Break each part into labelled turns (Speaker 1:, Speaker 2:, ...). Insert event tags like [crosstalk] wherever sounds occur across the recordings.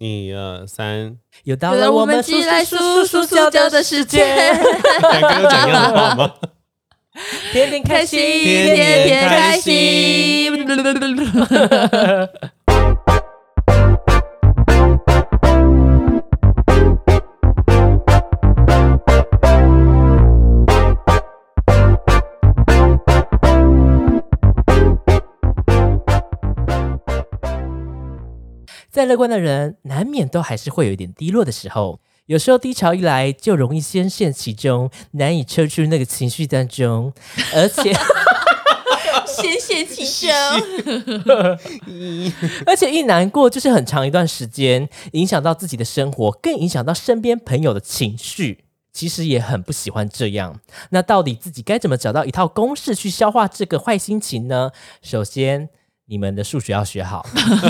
Speaker 1: 一二三， [laughs]
Speaker 2: 又到
Speaker 3: 有
Speaker 2: 了
Speaker 3: 了
Speaker 2: 我
Speaker 3: 我
Speaker 2: 们
Speaker 3: 们
Speaker 2: 叔
Speaker 3: 寄
Speaker 2: 叔
Speaker 3: 来
Speaker 2: 叔
Speaker 3: 叔
Speaker 2: 叔
Speaker 3: 叔
Speaker 2: 教教
Speaker 3: 教教
Speaker 2: 的
Speaker 3: 的
Speaker 2: 世
Speaker 3: 世
Speaker 2: 界
Speaker 3: 界，
Speaker 1: 刚刚有讲一样的话吗？
Speaker 2: 天天开心，
Speaker 1: 天天开心。
Speaker 2: 再乐观的人，难免都还是会有一点低落的时候。有时候低潮一来，就容易深陷其中，难以抽出那个情绪当 [laughs] 中，而且
Speaker 3: 深陷其中。
Speaker 2: 而且一难过就是很长一段时间，影响到自己的生活，更影响到身边朋友的情绪。其实也很不喜欢这样。那到底自己该怎么找到一套公式去消化这个坏心情呢？首先，你们的数学要学好，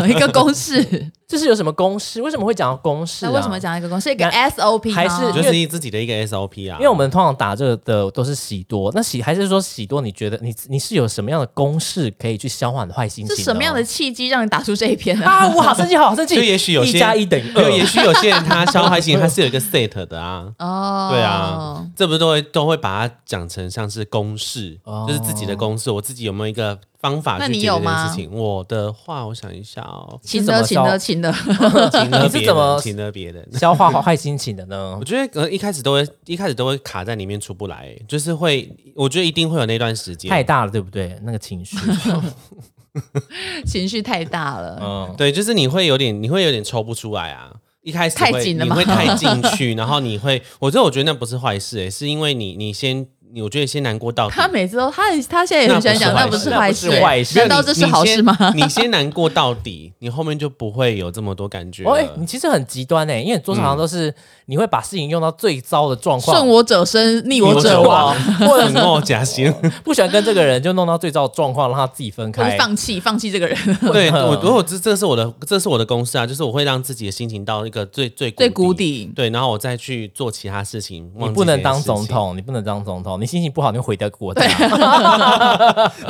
Speaker 3: 一个公式，
Speaker 2: 这是有什么公式？为什么会讲到公式、啊？
Speaker 3: 那为什么？讲一个公式？一个
Speaker 2: 那
Speaker 3: SOP 吗
Speaker 2: 还是
Speaker 1: 就是你自己的一个 SOP 啊，
Speaker 2: 因为我们通常打这个的都是喜多，那喜还是说喜多？你觉得你你是有什么样的公式可以去消化你的坏心情？
Speaker 3: 是什么样的？契机让你打出这一篇
Speaker 2: [laughs]
Speaker 3: 啊？
Speaker 2: 啊，我好生气，好生气！
Speaker 1: 就也许有些
Speaker 2: 一加一等于
Speaker 1: 没有
Speaker 2: 二，
Speaker 1: 也许有些人他消化型他是有一个 set 的啊。
Speaker 3: 哦，
Speaker 1: 对啊，，这不都会都会把它讲成像是公式，
Speaker 2: 哦
Speaker 1: 就是自己的公式。我自己有没有一个方法
Speaker 3: 那
Speaker 1: 去
Speaker 3: 你
Speaker 1: 解决
Speaker 3: 有
Speaker 1: 这件
Speaker 3: 吗，
Speaker 1: 事情？我的话，我想一下哦
Speaker 3: 请的，
Speaker 2: 是怎
Speaker 3: 请
Speaker 2: 么
Speaker 3: 的，请的，
Speaker 1: 请了别
Speaker 2: 你是怎么
Speaker 1: 人，请了别人。
Speaker 2: 消化好坏心情
Speaker 1: [laughs]
Speaker 2: 的呢
Speaker 1: 我？觉得可呃能一开始都会一开始都会卡在里面出不来，就是会，我觉得一定会有那段时间
Speaker 2: 太大了，对不对？那个情绪，
Speaker 3: [laughs] 情绪太大
Speaker 2: [laughs]
Speaker 3: 了，
Speaker 2: 嗯，
Speaker 1: 对，就是你会有点，你会有点抽不出来啊。一开始
Speaker 3: 太
Speaker 1: 会
Speaker 3: 紧了
Speaker 1: 你
Speaker 3: 吗
Speaker 1: 会太进去， [laughs] 然后你会，我这我觉得那不是坏事、欸，是因为你你先，你我觉得先难过到底。
Speaker 3: 他每次都他他现在也很喜欢讲，
Speaker 1: 那
Speaker 3: 那
Speaker 1: 不
Speaker 3: 不
Speaker 1: 是
Speaker 3: 是
Speaker 2: 坏
Speaker 3: 坏
Speaker 2: 事
Speaker 3: 事，
Speaker 2: 那不是坏事
Speaker 3: 难道这是好事吗？
Speaker 1: [laughs] 你先？你先难过到底，你后面就不会有这么多感觉了。
Speaker 2: 哦，哎，你其实很极端哎，因为你做常常都是你会把事情用到最糟的状况，
Speaker 3: 顺我者生，逆我者
Speaker 1: 者
Speaker 3: 亡，
Speaker 1: 亡，或者我假心。
Speaker 2: 不喜欢跟这个人就弄到最糟的状况，让他自己分
Speaker 3: 我
Speaker 2: 开
Speaker 3: 是。放弃，放弃这个人，
Speaker 1: 对
Speaker 2: 嗯
Speaker 1: 我，如果这这是我的，这是我的公式啊，就是我会让自己的心情到一个最最
Speaker 3: 最谷底
Speaker 1: 对，然后我再去做其他事情。
Speaker 2: 你
Speaker 1: 忘记
Speaker 2: 不能
Speaker 1: 这件
Speaker 2: 当
Speaker 1: 事
Speaker 2: 总
Speaker 1: 情，
Speaker 2: 统，你不能当总统，你心情不好，你会毁掉国
Speaker 3: 啊
Speaker 2: 家。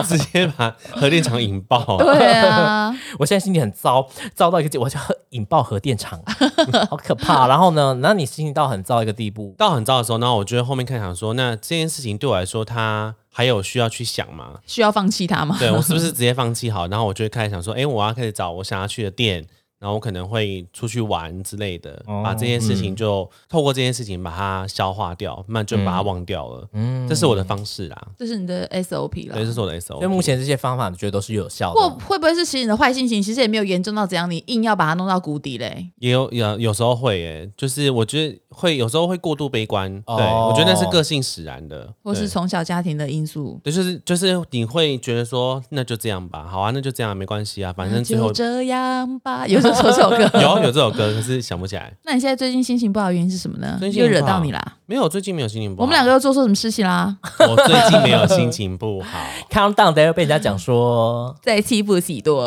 Speaker 1: 直接把核电厂引爆。
Speaker 3: 对啊，
Speaker 2: 我现在心情很糟，糟到一个地，我就引爆核电厂， [laughs] 好可怕。然后呢，那你心情到很糟一个地步，
Speaker 1: 到很糟的时候，然后我觉得后面看想说，那这件事情对我来说，它还有需要去想
Speaker 2: [laughs]
Speaker 1: 吗？
Speaker 3: 需要放弃他吗？
Speaker 1: 对我是不是直接放弃好？然后我就会开始想说，哎、我要开始找我想要去的店，然后我可能会出去玩之类的，
Speaker 2: 哦
Speaker 1: 把这件事情就、透过这件事情把它消化掉，慢就把它忘掉了。
Speaker 2: 嗯，啊
Speaker 1: 这是我的方式啦，
Speaker 3: 这是你的 SOP 了
Speaker 1: 对，。这是我的 SO。
Speaker 2: 所以目前这些方法，你觉得都是有效
Speaker 3: 或
Speaker 2: 的？
Speaker 3: 会不会是其实你的坏心情其实也没有严重到怎样，你硬要把它弄到谷底嘞？
Speaker 1: 也有有有时候会诶、就是我觉得会有时候会过度悲观，
Speaker 2: 哦
Speaker 1: 对我觉得那是个性使然的，
Speaker 3: 或是
Speaker 1: 对
Speaker 3: 从小家庭的因素？
Speaker 1: 对，就是就是你会觉得说，那就这样吧，好啊，那就这样，没关系啊，反正最后
Speaker 3: 就这样吧，有这
Speaker 1: [laughs]
Speaker 3: 首这首歌。
Speaker 1: 有有这首歌，可是想不起来。
Speaker 3: 那你现在最近心情不好的原因是什么呢？
Speaker 1: 最近
Speaker 3: 又惹到你啦！
Speaker 1: 没有，最近没有心情不好。
Speaker 3: 我们两个又做错什么事
Speaker 1: [laughs]
Speaker 3: 情啦？
Speaker 1: 个，我最近没有心情不 [laughs] 好。
Speaker 2: count down，等下被人家讲说
Speaker 3: 在欺负喜
Speaker 1: [laughs]
Speaker 3: 多。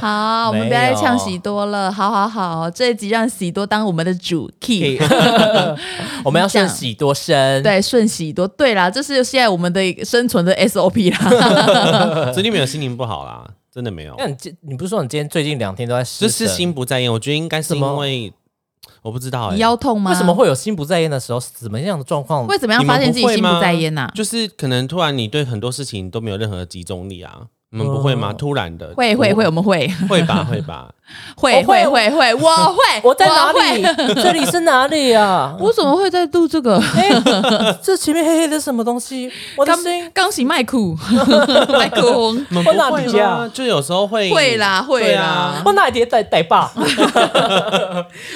Speaker 3: 好，我们不要再呛喜多了。好好好，这一集让喜多当我们的主 key。
Speaker 2: 我们要顺喜多生，，
Speaker 3: 嗯对，顺喜多。对啦，这是现在我们的一个生存的 SOP 啦。
Speaker 1: 最近没有心情不好啦，真的没有
Speaker 2: 那。你今你不是说你今天最近两天都在
Speaker 1: 就
Speaker 2: 失
Speaker 1: 是
Speaker 2: 神？
Speaker 1: 心不在焉，我觉得应该是
Speaker 2: 怎么
Speaker 1: 因为我不知道哎、
Speaker 3: 你腰痛吗？
Speaker 2: 为什么会有心不在焉的时候？怎么样的状况？
Speaker 3: 会怎么样
Speaker 1: 你们
Speaker 3: 发现自己
Speaker 1: 不会
Speaker 3: 心
Speaker 1: 吗
Speaker 3: 不在焉啊呐？
Speaker 1: 就是可能突然你对很多事情都没有任何集中力啊，你们不会吗？
Speaker 2: 哦
Speaker 1: 突然的
Speaker 3: 会会会，我们会
Speaker 1: 会吧会吧，
Speaker 3: 会
Speaker 2: 我会，
Speaker 3: 会会会，我会
Speaker 2: 我在哪里
Speaker 3: 我会？
Speaker 2: 这里是哪里啊？
Speaker 3: 我怎么会在录这个？
Speaker 2: 哎，这前面黑黑的什么东西？我的
Speaker 3: 钢
Speaker 2: 心
Speaker 3: 钢琴麦库，麦克风。
Speaker 1: 你们
Speaker 2: 我
Speaker 1: [laughs]
Speaker 2: 哪
Speaker 1: 不会
Speaker 2: 里
Speaker 1: 吗？
Speaker 2: 啊
Speaker 1: 就有时候会
Speaker 3: 会啦会
Speaker 1: 对啊
Speaker 3: 啦
Speaker 2: 我哪里在在吧？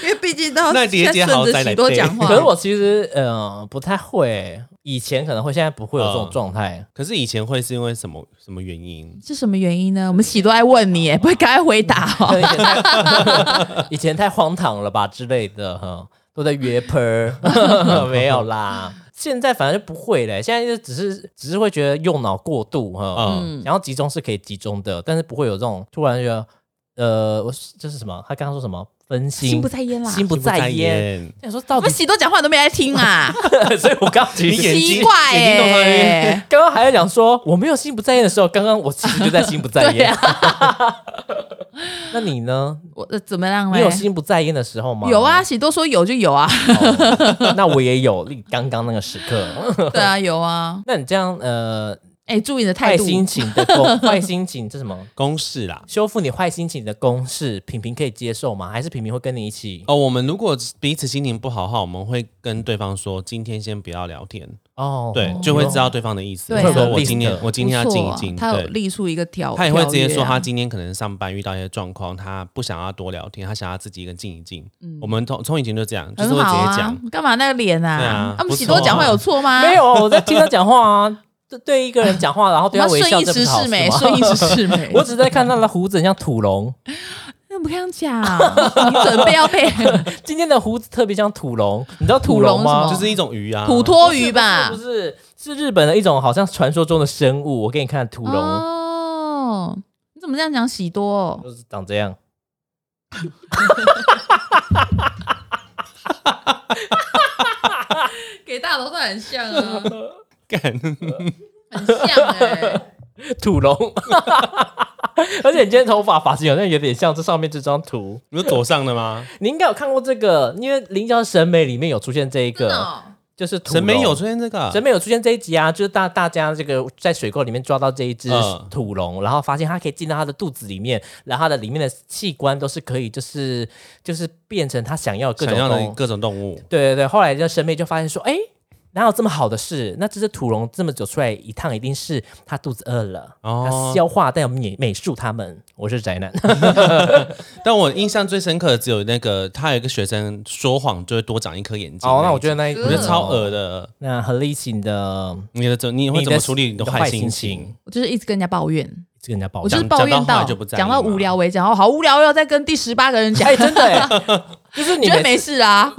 Speaker 3: 因为毕竟都要
Speaker 1: 那理解好
Speaker 3: 顺
Speaker 1: 再
Speaker 3: 着
Speaker 1: 来
Speaker 3: 许多讲话。
Speaker 2: 可是我其实呃不太会，以前可能会，现在不会有这种状态。
Speaker 1: 可是以前会是因为什么什么原因？
Speaker 3: 是什么原因呢？我们喜多爱问你耶， [laughs] 不会赶快回答
Speaker 2: 可能
Speaker 3: 哦。
Speaker 2: 以前太以前太 [laughs] 荒唐了吧之类的哈，都在约喷
Speaker 1: [laughs]
Speaker 2: 儿，没有啦。现在反正就不会嘞，现在就只是只是会觉得用脑过度哈，
Speaker 1: 嗯，
Speaker 3: 嗯，
Speaker 2: 然后集中是可以集中的，但是不会有这种突然觉得呃，我是这是什么？他刚刚说什么？分心，
Speaker 3: 心不在焉啦
Speaker 2: 心不
Speaker 1: 心不在
Speaker 2: 在焉。
Speaker 1: 焉，
Speaker 2: 想说到
Speaker 3: 我
Speaker 2: 底
Speaker 3: 们，喜多讲话你都没来听啊，
Speaker 2: [laughs] 所以我刚刚其
Speaker 1: 你
Speaker 2: 实
Speaker 1: 眼睛
Speaker 3: 奇怪
Speaker 1: 眼睛动到那
Speaker 3: 哎
Speaker 1: 边，
Speaker 2: 刚刚还在讲说我没有心不
Speaker 3: [laughs]
Speaker 2: 在焉的时候，刚刚我其实就在心不在
Speaker 3: 对
Speaker 2: 焉。
Speaker 3: 啊，
Speaker 2: [laughs] 那你呢？
Speaker 3: 我呃怎么样
Speaker 2: 你
Speaker 3: 嘞
Speaker 2: 有？心不在焉的时候吗？
Speaker 3: 有啊，，喜多说有就有啊，
Speaker 2: 哦那我也有刚刚那个时刻。 [laughs]
Speaker 3: 对啊，有啊。
Speaker 2: 那你这样呃，
Speaker 3: 哎，注意你的态
Speaker 2: 坏
Speaker 3: 度，
Speaker 2: 心情的公，坏心情这什么？
Speaker 1: 公式啦。
Speaker 2: 修复你坏心情的公式，平平可以接受吗？还是平平会跟你一起？
Speaker 1: 哦，我们如果彼此心情不好的话，我们会跟对方说，今天先不要聊天，
Speaker 2: 哦，
Speaker 1: 对，就会知道对方对方的意思。
Speaker 3: 对啊
Speaker 1: 会说我今
Speaker 2: 会有
Speaker 1: 天
Speaker 2: 个 list
Speaker 1: 我今天要
Speaker 3: 不
Speaker 1: 静
Speaker 3: 错
Speaker 1: 一
Speaker 3: 啊
Speaker 1: 静，
Speaker 3: 他有
Speaker 1: 对
Speaker 3: 立出一个条，
Speaker 1: 他也会直接说，
Speaker 3: 条约
Speaker 1: 他
Speaker 3: 啊
Speaker 1: 今天可能上班遇到一些状况，他不想要多聊天，他想要自己一个人静一静。我们从从以前就这样，就是会直
Speaker 3: 嗯很好
Speaker 1: 接
Speaker 3: 啊
Speaker 1: 讲。，
Speaker 3: 干嘛那个脸
Speaker 1: 对
Speaker 3: 啊
Speaker 1: 啊？
Speaker 3: 他们
Speaker 1: 不
Speaker 3: 喜
Speaker 1: 错
Speaker 3: 多讲话
Speaker 1: 啊
Speaker 3: 有错吗？
Speaker 2: 没有，我在听他讲话啊，对对一个人讲话，然后对
Speaker 3: 我
Speaker 2: 他
Speaker 3: 们
Speaker 2: 微
Speaker 3: 顺
Speaker 2: 笑，
Speaker 3: 应
Speaker 2: 这不
Speaker 3: 时
Speaker 2: 是好
Speaker 3: 事
Speaker 2: 事
Speaker 3: 美，
Speaker 2: 吗？。
Speaker 3: 顺应时事美
Speaker 2: [laughs] 我只是在看他的胡子很像土龙， [laughs]
Speaker 3: 那不想讲， [laughs] 你准备要被
Speaker 2: [laughs] 今天的胡子特别像土龙，你知道
Speaker 3: 土
Speaker 2: 土龙
Speaker 3: 龙
Speaker 2: 吗？
Speaker 3: 什
Speaker 1: 就
Speaker 3: 么
Speaker 1: 是一种鱼啊，
Speaker 3: 哦土托鱼吧
Speaker 2: 不？是，是日本的一种好像传说中的生物。我给你看土龙、
Speaker 3: 哦，你怎么这样讲喜多？哦
Speaker 2: 就是长这样。
Speaker 3: [laughs] 给大头算很像 [laughs] 啊，
Speaker 1: 干
Speaker 3: 很像哎。
Speaker 2: 土龙， [laughs] 而且你今天头发发型好像有点像这上面这张图，
Speaker 1: 你是左上的吗？
Speaker 2: 你应该有看过这个，因为《林霄审美》里面有出现这一个，
Speaker 3: 真的哦
Speaker 2: 就是土
Speaker 1: 神没
Speaker 2: 龙
Speaker 1: 有出现这个，
Speaker 2: 审美有出现这一集啊，就是大大家这个在水沟里面抓到这一只
Speaker 1: 嗯
Speaker 2: 土龙，然后发现它可以进到它的肚子里面，然后它的里面的器官都是可以，就是就是变成它想要的各
Speaker 1: 想
Speaker 2: 种
Speaker 1: 要
Speaker 2: 东
Speaker 1: 的各种动物，
Speaker 2: 对对对，后来这审美就发现说，哎，哪有这么好的事？那这只土龙这么久出来一趟，一定是它肚子饿了，它
Speaker 1: 哦
Speaker 2: 消化，但有美美术他们，我
Speaker 1: [laughs]
Speaker 2: 是宅男，
Speaker 1: 但我印象最深刻的只有那个，他有一个学生说谎就会多长一颗眼睛。
Speaker 2: 哦， [laughs] 那我觉得
Speaker 1: 得
Speaker 2: 那一
Speaker 1: 我觉得超恶
Speaker 2: 的。
Speaker 1: 的。
Speaker 2: 那何立行的，
Speaker 1: 呃你的怎你会怎么处理你
Speaker 2: 你
Speaker 1: 的
Speaker 2: 的
Speaker 1: 坏心
Speaker 2: 心
Speaker 1: 情？？
Speaker 3: 我就是一直跟人家抱怨，
Speaker 2: 这个人家爆
Speaker 3: 我就是
Speaker 1: 讲
Speaker 3: 抱怨
Speaker 1: 讲到后来
Speaker 3: 到
Speaker 1: 就不在意
Speaker 3: 讲到
Speaker 1: 嘛
Speaker 3: 无聊为止，然后好无聊，又要再跟第十八个人讲
Speaker 2: 哎、，真的、 [laughs] 欸，就是你
Speaker 3: [laughs] 觉得
Speaker 2: 们
Speaker 3: 没事啊？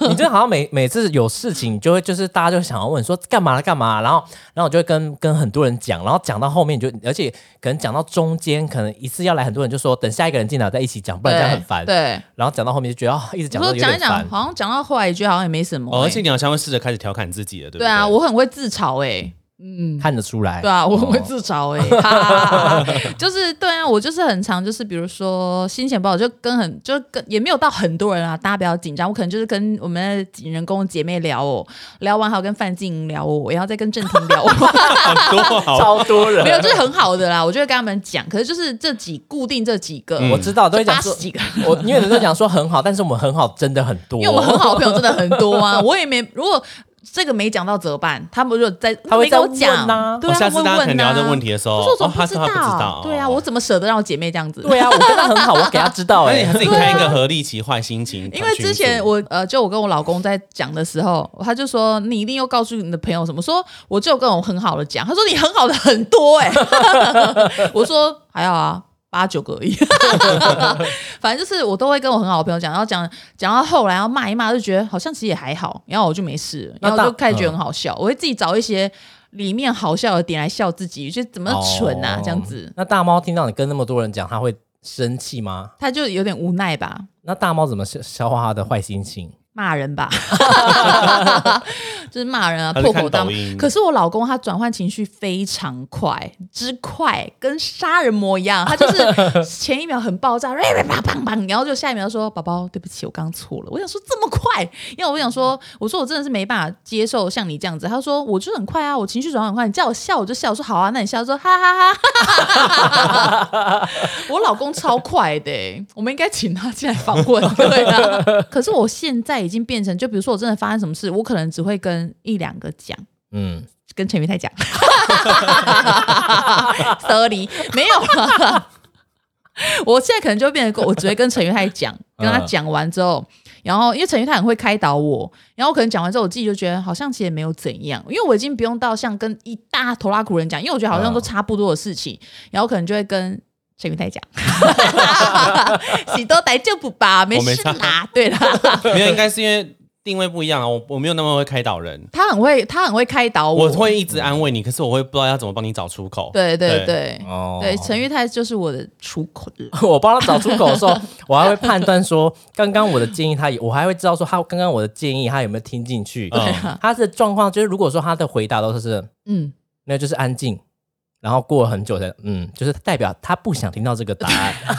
Speaker 2: [laughs] 你这好像每每次有事情，你就会就是大家就想要问说干嘛干嘛，然后然后我就会跟跟很多人讲，然后讲到后面你就，而且可能讲到中间，可能一次要来很多人，就说等下一个人进来哦再一起讲，不然这样很烦。
Speaker 3: 对，
Speaker 2: 然后讲到后面就觉得、哦、一直
Speaker 3: 你
Speaker 2: 讲到
Speaker 3: 说
Speaker 2: 有
Speaker 3: 讲一
Speaker 2: 点
Speaker 3: 讲
Speaker 2: 烦，。
Speaker 3: 好像讲到后来也觉得好像也没什么
Speaker 1: 哦，
Speaker 3: 欸。
Speaker 1: 而且你好像会试着开始调侃自己了，对不
Speaker 3: 对啊，我很会自嘲哎，嗯，
Speaker 2: 看得出来。
Speaker 3: 对啊，我
Speaker 2: 哦
Speaker 3: 会自嘲哎、欸，哈哈哈哈就是对啊，我就是很常就是比如说心情不好，就跟很就跟也没有到很多人啊，大家不要紧张，我可能就是跟我们的景人工姐妹聊哦，聊完还有跟范静聊哦，然后再跟郑婷聊哦，
Speaker 1: 很 [laughs] 多
Speaker 3: [laughs]
Speaker 1: 好，
Speaker 2: 超多人
Speaker 3: 没有，就是很好的啦，我就会跟他们讲，可是就是这几固定这几个，
Speaker 2: 我知道嗯啊都会
Speaker 3: 八
Speaker 2: 讲
Speaker 3: 十
Speaker 2: 说，
Speaker 3: 几个。
Speaker 2: 我因为人都讲说很好，但是我们很好真的很多，
Speaker 3: 因为我们很好的朋友真的很多啊，我也没如果这个没讲到怎么办？他们如果在
Speaker 2: 他会
Speaker 3: 没跟我
Speaker 2: 再问
Speaker 3: 讲
Speaker 2: 啊
Speaker 3: 对啊，
Speaker 1: 哦下次
Speaker 3: 他们
Speaker 1: 大家
Speaker 3: 会
Speaker 1: 可能聊这个问
Speaker 3: 题，
Speaker 1: 题的时
Speaker 3: 可
Speaker 1: 候，
Speaker 3: 是我怎
Speaker 1: 哦
Speaker 3: 么
Speaker 1: 他
Speaker 3: 不知
Speaker 1: 说他不知道
Speaker 3: 道？，对啊，
Speaker 1: 哦
Speaker 3: 我怎么舍得让我姐妹这样子？
Speaker 2: 对啊，我跟他很好，我给他知道
Speaker 1: 那
Speaker 2: [laughs] 哎、
Speaker 1: 哦你还是你开一个合力奇坏心情团
Speaker 3: 啊因
Speaker 1: 群组，
Speaker 3: 为之前我呃，就我跟我老公在讲的时候，他就说你一定又告诉你的朋友什么，说我就跟我很好的讲，他说你很好的很
Speaker 1: [laughs]
Speaker 3: 多哎、 [laughs] 我说还好啊。八九个而已， [laughs] 反正就是我都会跟我很好的朋友讲，然后讲讲到后来，然后骂一骂，就觉得好像其实也还好，然后我就没事了，
Speaker 2: 那
Speaker 3: 然
Speaker 2: 大
Speaker 3: 后就开始觉得很好
Speaker 1: 嗯
Speaker 3: 笑，我会自己找一些里面好笑的点来笑自己，就怎么蠢啊、
Speaker 2: 哦
Speaker 3: 这样子，
Speaker 2: 那大猫听到你跟那么多人讲，他会生气吗？
Speaker 3: 他就有点无奈吧。
Speaker 2: 那大猫怎么消消化他的坏心情？
Speaker 3: 骂人吧，就是骂人啊，
Speaker 1: 他
Speaker 3: 破
Speaker 1: 是
Speaker 3: 口
Speaker 1: 看
Speaker 3: 大
Speaker 1: 抖
Speaker 3: 骂。
Speaker 1: 音，
Speaker 3: 可是我老公他转换情绪非常快，之快跟杀人魔一样，他就是前一秒很爆炸，砰砰砰，然后就下一秒说：“宝宝，对不起，我刚刚错了。”我想说这么快，因为我想说，我说我真的是没办法接受像你这样子。他说：“我就是很快啊，我情绪转换很快，你叫我笑我就笑。”我说：“好啊，那你笑。”他说：“哈哈哈哈哈哈！”我老公超快的、欸我们应该请他进来访问。 [laughs] 对啊，可是我现在已经变成，就比如说我真的发生什么事，我可能只会跟一两个讲。
Speaker 2: 嗯，
Speaker 3: 跟陈云泰讲 [laughs] ，sorry，没有了。我现在可能就变成我只会跟陈云泰讲，跟他讲完之后，然后因为陈云泰很会开导我，然后我可能讲完之后，我自己就觉得好像其实也没有怎样，因为我已经不用到像跟一大头拉苦人讲，因为我觉得好像都差不多的事情，然后可能就会跟。陈云泰讲， [laughs] 喜多来就不吧，没
Speaker 1: 我没
Speaker 3: 事
Speaker 1: 差
Speaker 3: 啦，对啦，
Speaker 1: [laughs] 没有，应该是因为定位不一样啊，我我没有那么会开导人，
Speaker 3: 他很会，他很会开导
Speaker 1: 我会一直安慰你，可是我会不知道要怎么帮你找出口。
Speaker 3: 哦对对
Speaker 1: 对
Speaker 3: 对
Speaker 2: 哦
Speaker 3: 对，陈玉泰就是我的出口。
Speaker 2: [laughs] 我帮他找出口的时候， [laughs] 我还会判断说，刚刚我的建议他也，我还会知道说他刚刚我的建议他有没有听进去。
Speaker 1: 对
Speaker 3: 啊
Speaker 2: 他的状况就是，如果说他的回答都是
Speaker 3: 嗯，
Speaker 2: 那就是安静，然后过了很久才嗯，就是代表他不想听到这个答案。
Speaker 3: [laughs]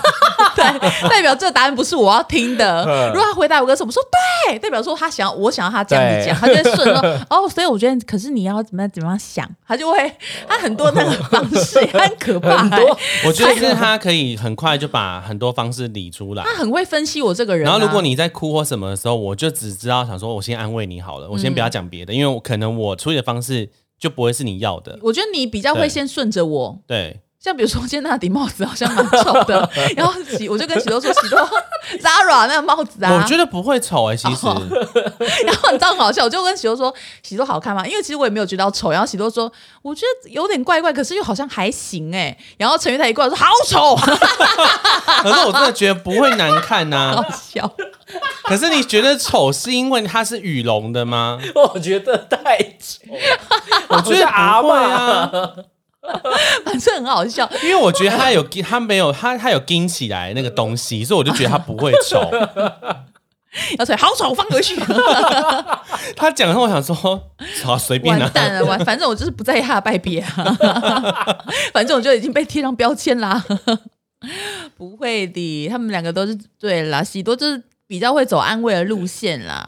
Speaker 1: [laughs]
Speaker 3: 对，代表这个答案不是我要听的。
Speaker 2: 嗯
Speaker 3: 如果他回答我个什么说对，代表说他想要我想要他这样子
Speaker 2: 对
Speaker 3: 讲，他就会顺着 [laughs] 说哦，所以我觉得可是你要怎么样怎么样想，他就会他很多那个方式，他很可怕、欸
Speaker 2: 很多
Speaker 1: 我
Speaker 3: [laughs]
Speaker 1: 觉得是他可以很快就把很多方式理出来。
Speaker 3: 他很会分析我这个人、
Speaker 1: 然
Speaker 3: 啊。
Speaker 1: 后如果你在哭或什么的时候，我就只知道想说，我先安慰你好
Speaker 3: 嗯
Speaker 1: 了，我先不要讲别的，因为我可能我处理的方式就不会是你要的。
Speaker 3: 我觉得你比较会
Speaker 1: 对
Speaker 3: 先顺着我，
Speaker 1: 对，
Speaker 3: 像比如说，今天那顶帽子好像蛮丑的，然后喜我就跟喜多说，喜多 Zara 那个哦帽子啊，
Speaker 1: 我觉得不会丑哎、其实、
Speaker 3: 然后你知道很好笑，我就跟喜多说，喜多好看吗？因为其实我也没有觉得丑，然后喜多说，我觉得有点怪怪，可是又好像还行哎、然后陈玉台一过来说，好丑， [laughs]
Speaker 1: 可是我真的觉得不会难看呐、
Speaker 3: [laughs] 好笑，
Speaker 1: 可是你觉得丑是因为它是羽绒的吗？
Speaker 2: 我觉得太丑，
Speaker 1: [laughs]
Speaker 2: 我
Speaker 1: 我觉得不会啊，
Speaker 3: 反正很好笑。
Speaker 1: 因为我觉得它有 [laughs] 它没有它它有钉起来那个东西，所以我就觉得它不会
Speaker 3: [laughs]
Speaker 1: 丑。
Speaker 3: 然后陈好丑，放
Speaker 1: [laughs]
Speaker 3: 回去，
Speaker 1: 他讲的时候，我想说好随便
Speaker 3: 完
Speaker 1: 啊，
Speaker 3: 蛋了，完，反正我就是不在意他的败笔啊， [laughs] 反正我就已经被贴上标签啦。 [laughs] 不会的，他们两个都是对啦，喜多就是比较会走安慰的路
Speaker 1: [laughs]
Speaker 3: 线啦。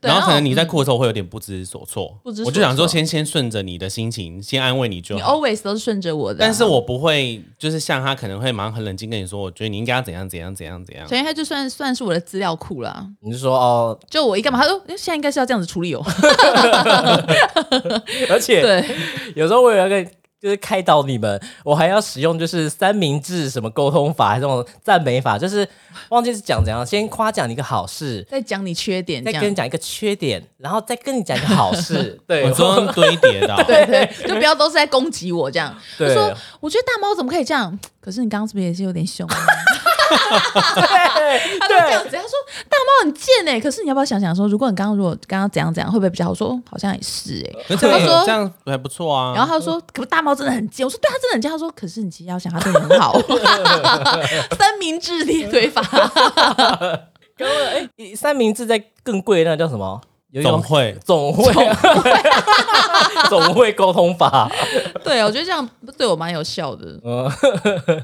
Speaker 3: 对
Speaker 1: 然后可能你在哭的时候会有点不知所措，
Speaker 3: 哦嗯不知所措
Speaker 1: 我就想说先先顺着你的心情，先安慰你就
Speaker 3: 你
Speaker 1: 好。
Speaker 3: always 都是顺着我的啊、
Speaker 1: 但是我不会，就是像他可能会马上很冷静跟你说，我觉得你应该要怎样怎样怎样怎样。
Speaker 3: 陈彦他就算算是我的资料库啦。
Speaker 2: 你是说哦？
Speaker 3: 就我一干嘛，他说诶现在应该是要这样子处理哦。
Speaker 2: 而且
Speaker 3: 对，
Speaker 2: 有时候我有一个。就是开导你们，我还要使用就是三明治什么沟通法，还是那种赞美法，就是忘记是讲怎样，先夸奖你一个好事，
Speaker 3: 在讲你缺点这
Speaker 2: 再跟你
Speaker 3: 样。
Speaker 2: 讲一个缺点，然后再跟你讲一个好事。对，
Speaker 1: 我
Speaker 2: 我
Speaker 1: 说堆叠 [laughs] 的哦、
Speaker 3: 对对，就不要都是在攻击我这样。就
Speaker 2: 对啊
Speaker 3: 说
Speaker 2: [laughs]
Speaker 3: 我觉得大猫怎么可以这样？可是你刚刚是不是也是有点凶啊？
Speaker 2: 对
Speaker 3: 他就这样子，他说大猫很贱哎、可是你要不要想想说，如果你刚刚如果刚刚怎样怎样，会不会比较好？我说好像也是哎、
Speaker 1: 可是
Speaker 3: 他说
Speaker 1: 这样还不错啊。
Speaker 3: 然后他就说，可不大猫真的很贱。我说对，他真的很贱。他说，可是你其实要想，他对你很好。三明治叠堆法，
Speaker 2: 对，哎三明治再更贵，那叫什么？有一
Speaker 1: 总 [laughs]
Speaker 2: 种
Speaker 1: 会
Speaker 2: 总会啊 [laughs] 总会沟通法。
Speaker 3: 对，我觉得这样对我蛮有效的。
Speaker 2: 嗯，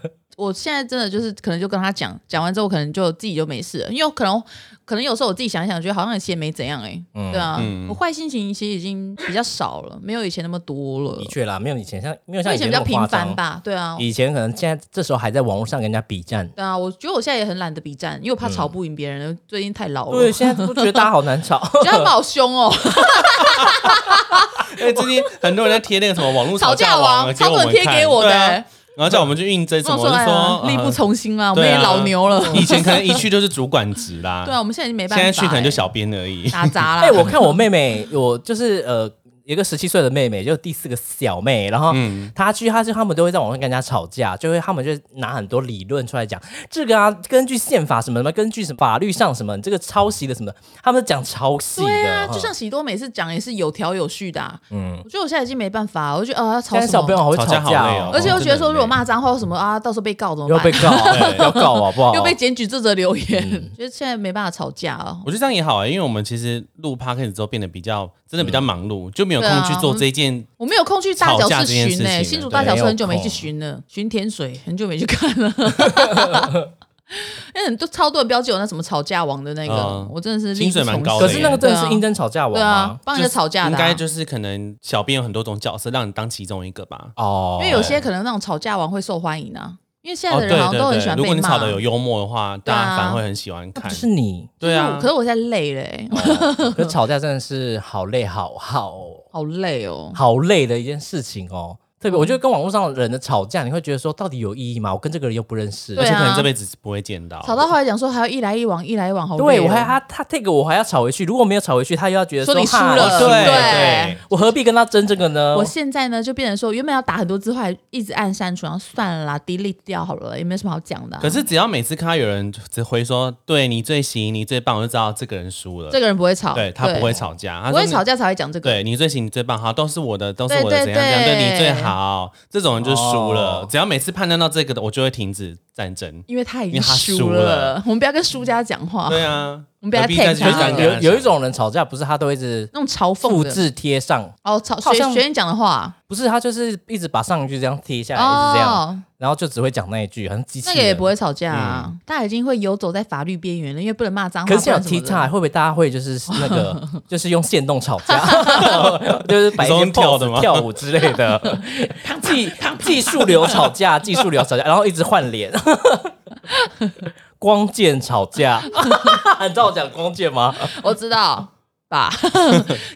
Speaker 3: [laughs] 我现在真的就是可能就跟他讲，讲完之后可能就自己就没事了，因为我可能可能有时候我自己想一想，觉得好像其实也没怎样哎、
Speaker 2: 嗯
Speaker 3: 对啊，
Speaker 1: 嗯
Speaker 3: 我坏心情其实已经比较少了，没有以前那么多了
Speaker 2: 的，确啦，没有以前像没有
Speaker 3: 我
Speaker 2: 像
Speaker 3: 以前比
Speaker 2: 那
Speaker 3: 较
Speaker 2: 么
Speaker 3: 频
Speaker 2: 夸
Speaker 3: 繁
Speaker 2: 张。
Speaker 3: 吧，对啊。
Speaker 2: 以前可能现在这时候还在网络上跟人家比战。
Speaker 3: 对啊，我觉得我现在也很懒得比战，因为我怕吵不赢别人，最近太老了。
Speaker 2: 对，现在都觉得大家好难吵。
Speaker 3: 觉得他们好凶哦，
Speaker 1: 因为哎最近很多人在贴那个什么网络
Speaker 3: 吵
Speaker 1: 架
Speaker 3: 架王，
Speaker 1: 结
Speaker 3: 超
Speaker 1: 果
Speaker 3: 多
Speaker 1: 我
Speaker 3: 人
Speaker 1: 们
Speaker 3: 贴给我的、
Speaker 1: 看对啊
Speaker 3: 欸，
Speaker 1: 然后叫我们去应征什
Speaker 3: 那
Speaker 1: 么，
Speaker 3: 我
Speaker 1: 我
Speaker 3: 说
Speaker 1: 就
Speaker 3: 哎呀
Speaker 1: 说
Speaker 3: 力不。
Speaker 1: 呃
Speaker 3: 从心啦，我们
Speaker 1: 对
Speaker 3: 也
Speaker 1: 啊
Speaker 3: 老牛了。
Speaker 1: 以前可能一去就是主管职啦，
Speaker 3: 对啊，我们现在已经没办
Speaker 1: 现
Speaker 3: 法欸、啊
Speaker 1: 在去可能就小编而
Speaker 3: [laughs]
Speaker 1: 已。
Speaker 3: 打杂啦。
Speaker 2: 哎，我看我妹妹，我就是呃，有一个十七岁的妹妹，就是第四个小妹，然后
Speaker 1: 嗯，
Speaker 2: 他去，他是他们都会在网上跟人家吵架，就会他们就拿很多理论出来讲，这个啊，根据宪法什么什么，根据什么法律上什么，你这个抄袭的什么，他们讲抄袭的，
Speaker 3: 对啊，
Speaker 2: 哈
Speaker 3: 就像喜多每次讲也是有条有序的、啊。
Speaker 2: 嗯，
Speaker 3: 我觉得我现在已经没办法，我就觉得啊，要吵
Speaker 2: 现在
Speaker 3: 什
Speaker 2: 小朋友
Speaker 3: 么？
Speaker 2: 好会
Speaker 1: 吵
Speaker 2: 吵
Speaker 1: 架好累哦
Speaker 2: 哦
Speaker 3: 而且我觉得说，
Speaker 1: 真的很
Speaker 3: 如果
Speaker 1: 累
Speaker 3: 骂脏话或什么啊，到时候被告怎么
Speaker 2: 又
Speaker 3: 办
Speaker 2: 被？
Speaker 1: [laughs]
Speaker 2: 告，要告
Speaker 1: 啊
Speaker 2: [laughs] 好不好？
Speaker 3: 又被检举这则留
Speaker 1: 嗯
Speaker 3: 言，觉得现在没办法吵架啊。
Speaker 1: 我觉得这样也好啊、因为我们其实录 p 开始之后变得比较，真的比较忙碌，就没有
Speaker 3: 对
Speaker 1: 空
Speaker 3: 啊
Speaker 1: 去做这件。
Speaker 3: 我没有空去大
Speaker 1: 吵
Speaker 3: 角市巡
Speaker 1: 架这件事
Speaker 3: 呢、
Speaker 1: 情啊了
Speaker 3: 新竹大角市很久没去
Speaker 2: 对
Speaker 3: 巡了，巡甜水很久没去看
Speaker 1: [laughs]
Speaker 3: 了。因为很多超多人标记有那什么吵架王的那个，
Speaker 1: 嗯
Speaker 3: 我真的是力
Speaker 1: 薪
Speaker 3: 不
Speaker 1: 水蛮
Speaker 3: 从
Speaker 1: 高
Speaker 3: 心
Speaker 2: 可
Speaker 1: 的
Speaker 2: 是那个真的是应征吵架
Speaker 3: 对
Speaker 2: 王
Speaker 3: 啊
Speaker 2: 啊，，
Speaker 3: 帮人家吵架的、
Speaker 1: 应
Speaker 3: 啊，
Speaker 1: 该就是可能小编有很多种角色，让你当其中一个吧。
Speaker 2: 哦，
Speaker 3: 因为有些可能那种吵架王会受欢迎啊，因为现在
Speaker 1: 哦，
Speaker 3: 的
Speaker 1: 对
Speaker 3: 人好像都很
Speaker 1: 对
Speaker 3: 喜欢
Speaker 1: 对，
Speaker 3: 被
Speaker 1: 如果
Speaker 3: 骂。啊
Speaker 1: 你吵得有幽默的话，
Speaker 3: 对
Speaker 1: 大
Speaker 3: 啊
Speaker 1: 家反而会很喜欢
Speaker 2: 那
Speaker 1: 看
Speaker 2: 不。哎是
Speaker 3: [laughs]
Speaker 2: 你，
Speaker 1: 对啊哦
Speaker 3: 可，是我现在累了、欸，
Speaker 2: 可是吵架真的是好累，好好
Speaker 3: 好累哦。
Speaker 2: 好累的一件事情哦。特别
Speaker 3: 嗯
Speaker 2: 我觉得跟网络上人的吵架，你会觉得说到底有意义吗？我跟这个人又不认识，
Speaker 3: 对
Speaker 1: 而且可
Speaker 3: 啊
Speaker 1: 能这辈子不会见到。
Speaker 3: 吵到后来讲说还要一来一往，一来一往，好累哦
Speaker 2: 对我还
Speaker 1: 啊
Speaker 2: 他他 take 我还要吵回去，如果没有吵回去，他又要觉得
Speaker 3: 说你输
Speaker 2: 哈
Speaker 3: 了，
Speaker 2: 我输
Speaker 1: 哦对
Speaker 3: 对
Speaker 1: 对。
Speaker 2: 我何必跟他争这个呢？
Speaker 3: 我现在呢，就变成说，原本要打很多字，后来一直按删除，然后算了啦，delete 掉好了，也没什么好讲的啊、
Speaker 1: 可是只要每次看到有人只回说“对你最行，你最棒”，我就知道这个人输了。
Speaker 3: 这个人不会吵，
Speaker 1: 对他不会，吵架，他
Speaker 3: 不会
Speaker 1: 真的
Speaker 3: 吵。架才会讲这个。
Speaker 1: 对你最行，你最棒，好，都是我的，都是
Speaker 3: 对
Speaker 1: 我的，怎
Speaker 3: 对
Speaker 1: 样怎样，
Speaker 3: 对
Speaker 1: 对你最好，这种人就输了
Speaker 2: 哦。
Speaker 1: 只要每次判断到这个的，我就会停止战争。
Speaker 3: 因为他已
Speaker 1: 因
Speaker 3: 经
Speaker 1: 为他
Speaker 3: 输
Speaker 1: 输
Speaker 3: 了，
Speaker 1: 了
Speaker 3: 我们不要跟输家讲话。
Speaker 1: 对啊，
Speaker 3: 哦我们不要
Speaker 1: 何必再
Speaker 3: tag
Speaker 1: 去
Speaker 3: 他
Speaker 1: 这样
Speaker 3: 了
Speaker 1: 跟他
Speaker 2: 有有一
Speaker 1: 讲
Speaker 2: 种人吵架，不是他都一直
Speaker 3: 那种嘲讽
Speaker 2: 复
Speaker 3: 的，
Speaker 2: 制贴上，
Speaker 3: 哦，嘲
Speaker 2: 好
Speaker 3: 学
Speaker 2: 像
Speaker 3: 学员讲的话，
Speaker 2: 不是他就是一直把上一句这样贴
Speaker 1: 啊
Speaker 2: 下来，一直这样，
Speaker 3: 哦，
Speaker 2: 然后就只会讲那一句，好像机器
Speaker 3: 那
Speaker 2: 人。
Speaker 3: 个也不会吵架啊，
Speaker 1: 嗯
Speaker 3: 大家已经会游走在法律边缘了，因为不能骂脏话。
Speaker 2: 可是
Speaker 3: 不
Speaker 2: 像
Speaker 3: 然什么
Speaker 2: T
Speaker 3: 的
Speaker 2: T 会不会大家会就是那
Speaker 3: [laughs]
Speaker 2: 个就是用线动吵架， [laughs] 就是摆一些
Speaker 1: 你说用跳的
Speaker 2: pose
Speaker 1: 吗
Speaker 2: 跳舞之类
Speaker 1: [laughs]
Speaker 2: 的，技技术流吵 [laughs] 架，技术流吵架，然后一直换 [laughs] 脸，光剑吵架， [laughs] 你知道我讲光剑吗？
Speaker 3: 我知道
Speaker 2: [laughs]
Speaker 3: 吧，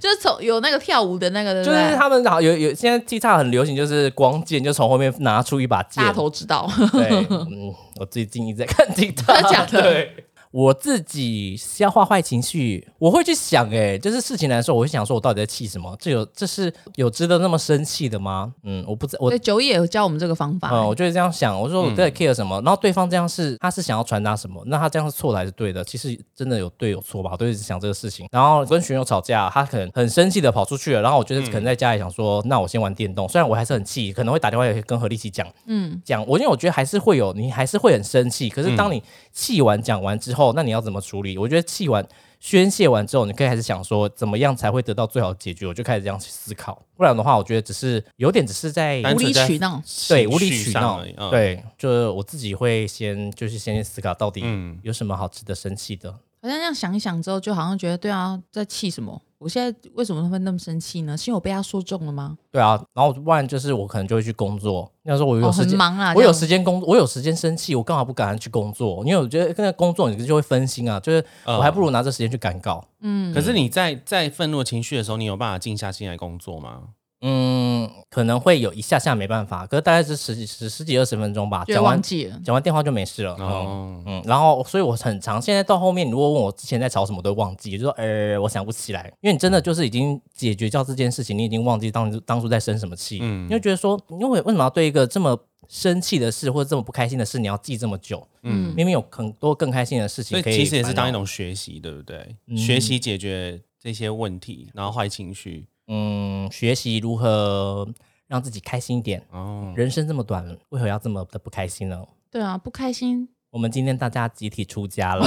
Speaker 3: 就是从有那个跳舞的那个，对不
Speaker 2: 就
Speaker 3: 对
Speaker 2: 是他们好有有现在 T T 很流行，就是光剑，就从后面拿出一把剑
Speaker 3: 大。头知道，
Speaker 2: [laughs] 对，嗯，我最近一直在看 T T，
Speaker 3: 真的假的
Speaker 2: 对。我自己消化坏情绪，我会去想、欸，就是事情来说，我会想说，我到底在气什么？这有这是有值得那么生气的吗？嗯，我不知我
Speaker 3: 对，九一也有教我们这个方法、欸
Speaker 2: 嗯，我就是这样想，我说我在 care 什么，然后对方这样是他是想要传达什么，那他这样是错的还是对的？其实真的有对有错吧，我都一直想这个事情。然后跟群友吵架，他可能很生气的跑出去了，然后我觉得可能在家里想说，那我先玩电动，虽然我还是很气，可能会打电话也跟何立奇讲，嗯，讲我因为我觉得还是会有，你还是会很生气，可是当你气完讲完之后，那你要怎么处理？我觉得气完。宣泄完之后，你可以开始想说怎么样才会得到最好的解决，我就开始这样去思考。不然的话，我觉得只是有点只是在
Speaker 1: 单
Speaker 3: 无理
Speaker 1: 纯在
Speaker 3: 取闹。
Speaker 2: 对
Speaker 1: 情
Speaker 2: 无理
Speaker 1: 绪
Speaker 2: 取
Speaker 1: 上
Speaker 2: 闹
Speaker 1: 而已，嗯
Speaker 2: 对，就是我自己会先就是先去思考到底
Speaker 1: 嗯
Speaker 2: 有什么好值得生气的。
Speaker 3: 好像这样想一想之后，就好像觉得对啊，在气什么？我现在为什么会那么生气呢？是因为我被他说中了吗？
Speaker 2: 对啊，然后不然就是我可能就会去工作。那时候我有
Speaker 3: 哦，
Speaker 2: 时
Speaker 3: 很
Speaker 2: 间，
Speaker 3: 忙啊，
Speaker 2: 我有
Speaker 3: 这样
Speaker 2: 时间工，我有时间生气，我干嘛不赶快去工作？因为我觉得跟工作你就会分心啊，就是
Speaker 1: 嗯
Speaker 2: 我还不如拿这时间去赶稿。
Speaker 3: 嗯
Speaker 1: 可是你在在愤怒的情绪的时候，你有办法静下心来工作吗？
Speaker 2: 嗯，可能会有一下下没办法，可是大概是十几十十几二十分钟吧。
Speaker 3: 就
Speaker 2: 讲完嗯
Speaker 3: 忘记了。
Speaker 2: 讲完电话就没事了。嗯
Speaker 1: 哦，
Speaker 2: 嗯，然后所以我很常现在到后面，你如果问我之前在吵什么，我都会忘记，就说呃，我想不起来，因为你真的就是已经解决掉这件事情，你已经忘记当当初在生什么气，嗯，你会觉得说，因为为什么要对一个这么生气的事或者这么不开心的事，你要记这么久？
Speaker 3: 嗯，
Speaker 2: 明明有很多更开心的事
Speaker 1: 所
Speaker 2: 情
Speaker 1: 以
Speaker 2: 可以，
Speaker 1: 其实也是当一，种学习，对不对？学习解决这些问题，然后坏情绪。
Speaker 2: 嗯，学习如何让自己开心一点。
Speaker 1: 哦，
Speaker 2: 人生这么短，为何要这么的不开心呢？
Speaker 3: 对啊，不开心。
Speaker 2: 我们今天大家集体出家
Speaker 3: [laughs]
Speaker 2: 了，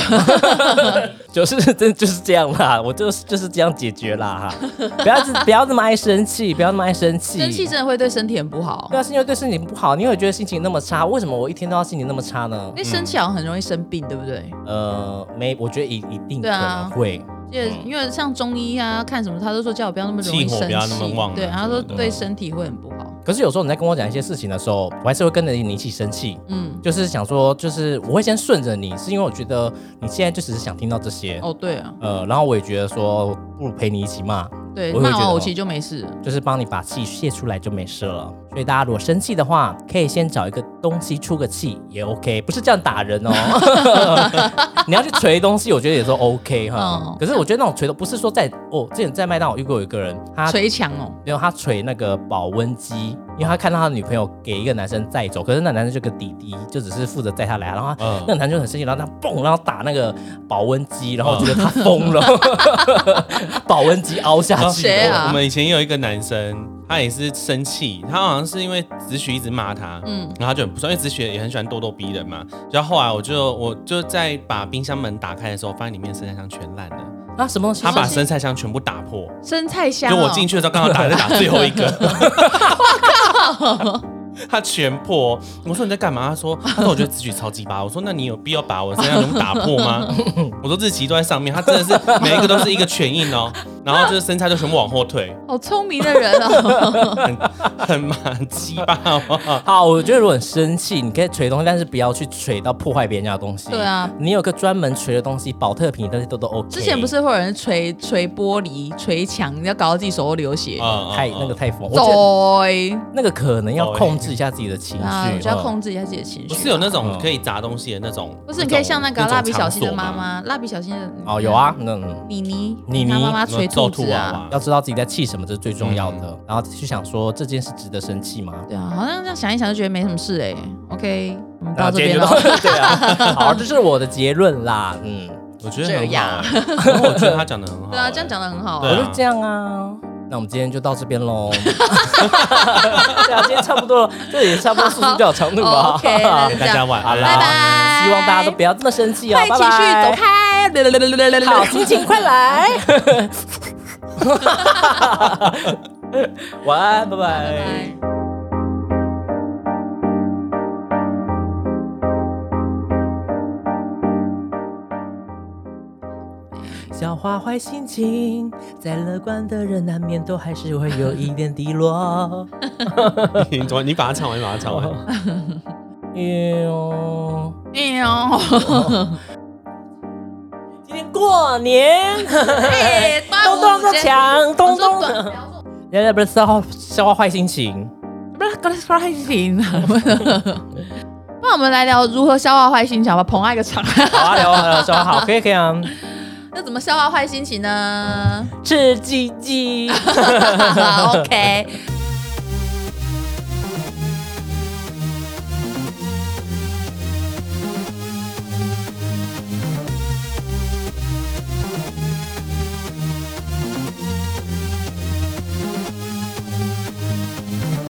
Speaker 2: 就是真就是这样啦，我就是就是这样解决啦，哈，不要这不要这么爱生气，不要那么爱生气，
Speaker 3: 生气真的会对身体很不好
Speaker 2: 对。啊，是因为对身体不好，你有觉得心情那么差，为什么我一天都要心情那么差呢
Speaker 3: 因？为生气好像很容易生病，对不对？
Speaker 2: 呃，没，我觉得一一定可
Speaker 3: 对啊
Speaker 2: 能会，
Speaker 3: 因为
Speaker 2: 嗯
Speaker 3: 因为像中医啊，看什么他都说叫我不要那么容易
Speaker 1: 气火
Speaker 3: 生
Speaker 1: 不要那么
Speaker 3: 气
Speaker 1: 旺，啊
Speaker 3: 对，
Speaker 1: 什么
Speaker 3: 他说
Speaker 1: 的
Speaker 2: 嗯
Speaker 3: 对身体会很不好。
Speaker 2: 可是有时候你在跟我讲一些事情的时候，我还是会跟着你一起生气，
Speaker 3: 嗯，
Speaker 2: 就是想说，就是我会先顺着你，是因为我觉得你现在就只是想听到这些，
Speaker 3: 哦，对啊，
Speaker 2: 呃，然后我也觉得说，不如陪你一起骂，
Speaker 3: 对，
Speaker 2: 我会
Speaker 3: 骂
Speaker 2: 觉
Speaker 3: 完
Speaker 2: 得
Speaker 3: 我
Speaker 2: 哦
Speaker 3: 其实就没事了。
Speaker 2: 就是帮你把气泄出来就没事了。所以大家如果生气的话，可以先找一个东西出个气也 OK，不是这样打人哦。
Speaker 1: [laughs]
Speaker 2: 你要去捶东西，我觉得也是 OK 哈。
Speaker 3: 嗯
Speaker 1: 哦
Speaker 2: 可是我觉得那种捶的不是说在哦，之前在麦当劳遇过有一个人，他
Speaker 3: 捶墙哦，
Speaker 2: 没有他捶那个保温机，因为他看到他的女朋友给一个男生载走，可是那男生就个弟弟，就只是负责载他来，然后他、
Speaker 1: 嗯
Speaker 2: 那个男生就很生气，然后他嘣，然后打那个保温机，然后我觉得他疯了，
Speaker 1: [laughs]
Speaker 2: 保温机凹下去。
Speaker 3: 谁啊
Speaker 1: 我们以前也有一个男生，他也是生气，他好像是因为子许一直骂他，嗯，然后他就很不爽，因为子许也很喜欢咄咄逼人嘛。然后后来我就我就在把冰箱门打开的时候，发现里面生菜箱全烂了，
Speaker 2: 啊，什么东西？
Speaker 1: 他把生菜箱全部打破，
Speaker 3: 生菜香
Speaker 1: 就
Speaker 3: 哦，
Speaker 1: 我进去的时候刚好打在打最后一个。 [laughs] 他全破，哦我说你在干嘛？他说，他说我觉得自己超级巴。我说那你有必要把我身上全部打破吗？我说日期都在上面，他真的是每一个都是一个全印哦。然后就是身材就全部往后退，
Speaker 3: 好聪明的人哦，
Speaker 1: 很蛮鸡巴，
Speaker 2: [laughs]
Speaker 1: 好不好？
Speaker 2: 好，我觉得如果很生气，你可以捶东西，但是不要去捶到破坏别人家的东西。
Speaker 3: 对啊，
Speaker 2: 你有个专门捶的东西，保特瓶那些都都 OK。
Speaker 3: 之前不是会有人捶捶玻璃、捶墙，要搞到自己手都流血，
Speaker 1: 嗯
Speaker 2: 太
Speaker 1: 嗯
Speaker 2: 那个太
Speaker 3: 哦
Speaker 2: 疯，我觉得
Speaker 3: 走
Speaker 2: 那个可能要控制一下自己的情绪，
Speaker 3: 啊，我就要
Speaker 2: 嗯
Speaker 3: 控制一下自己的情绪。
Speaker 1: 不是有那种
Speaker 2: 嗯
Speaker 1: 可以砸东西的那种，
Speaker 3: 不是，你可以像那个啊蜡笔小新的
Speaker 1: 那种
Speaker 3: 妈
Speaker 1: 场所吗，
Speaker 3: 妈，蜡笔小新的
Speaker 2: 哦，有，啊，那嗯
Speaker 3: 妮妮，
Speaker 2: 妮妮
Speaker 3: 她妈妈
Speaker 1: 那
Speaker 3: 捶
Speaker 1: 种揍
Speaker 3: 兔
Speaker 1: 兔
Speaker 3: 子
Speaker 1: 娃
Speaker 3: 啊，
Speaker 1: 娃
Speaker 2: 要，知道自己在气什么，这是最重要的。然后去想说这件事值得生
Speaker 3: [laughs]
Speaker 2: 气吗？
Speaker 3: 对啊，好像这样想一想就觉得没什么事哎。OK，我们
Speaker 2: 然
Speaker 3: 到
Speaker 2: 后
Speaker 3: 这边
Speaker 2: 决
Speaker 3: 了
Speaker 2: 到。对啊，好，这是我的结论啦。嗯，
Speaker 1: [laughs] 我觉得
Speaker 3: 这
Speaker 1: 很好
Speaker 3: 样
Speaker 1: 啊，然后我觉得他讲的很好，
Speaker 3: 对啊，这样讲的很好
Speaker 1: 对
Speaker 2: 我
Speaker 1: 啊
Speaker 3: 啊。
Speaker 2: 就这样啊。那我们今天就到这边喽。对啊，今天差不多了，这也差不多速度较长度吧。
Speaker 3: 好哦 OK，那就
Speaker 1: 欸大家晚
Speaker 2: 好
Speaker 1: 安
Speaker 2: 啦，
Speaker 1: 啦，
Speaker 3: 拜拜
Speaker 2: 希望大家都不要这么生气哦，
Speaker 3: 哎快情绪走开，
Speaker 2: 好心情快
Speaker 3: [laughs]
Speaker 2: 来。晚安，
Speaker 3: 拜拜。
Speaker 2: 消化坏心情，再乐观的人难免都还是会有一点低落。
Speaker 1: [laughs]
Speaker 3: [laughs]
Speaker 1: 你怎么你把它唱完，你把它唱完。
Speaker 2: 哎呦，
Speaker 3: 哎喵，
Speaker 2: 今天过年，
Speaker 3: 哎
Speaker 2: 东东的，墙，
Speaker 3: 端午
Speaker 2: 东
Speaker 3: 节 [laughs] 我
Speaker 2: 东的，
Speaker 3: 说端
Speaker 2: 人家不是消化消化坏心情，
Speaker 3: 不是，不是不太行。那我们来聊如何消化坏心情吧，捧爱一
Speaker 2: [laughs]
Speaker 3: 个场。
Speaker 2: 好啊，聊啊聊消化好，可以可以
Speaker 3: [laughs]
Speaker 2: 啊，
Speaker 3: 那怎么消化坏心情呢
Speaker 2: 吃鸡鸡。
Speaker 3: ？OK，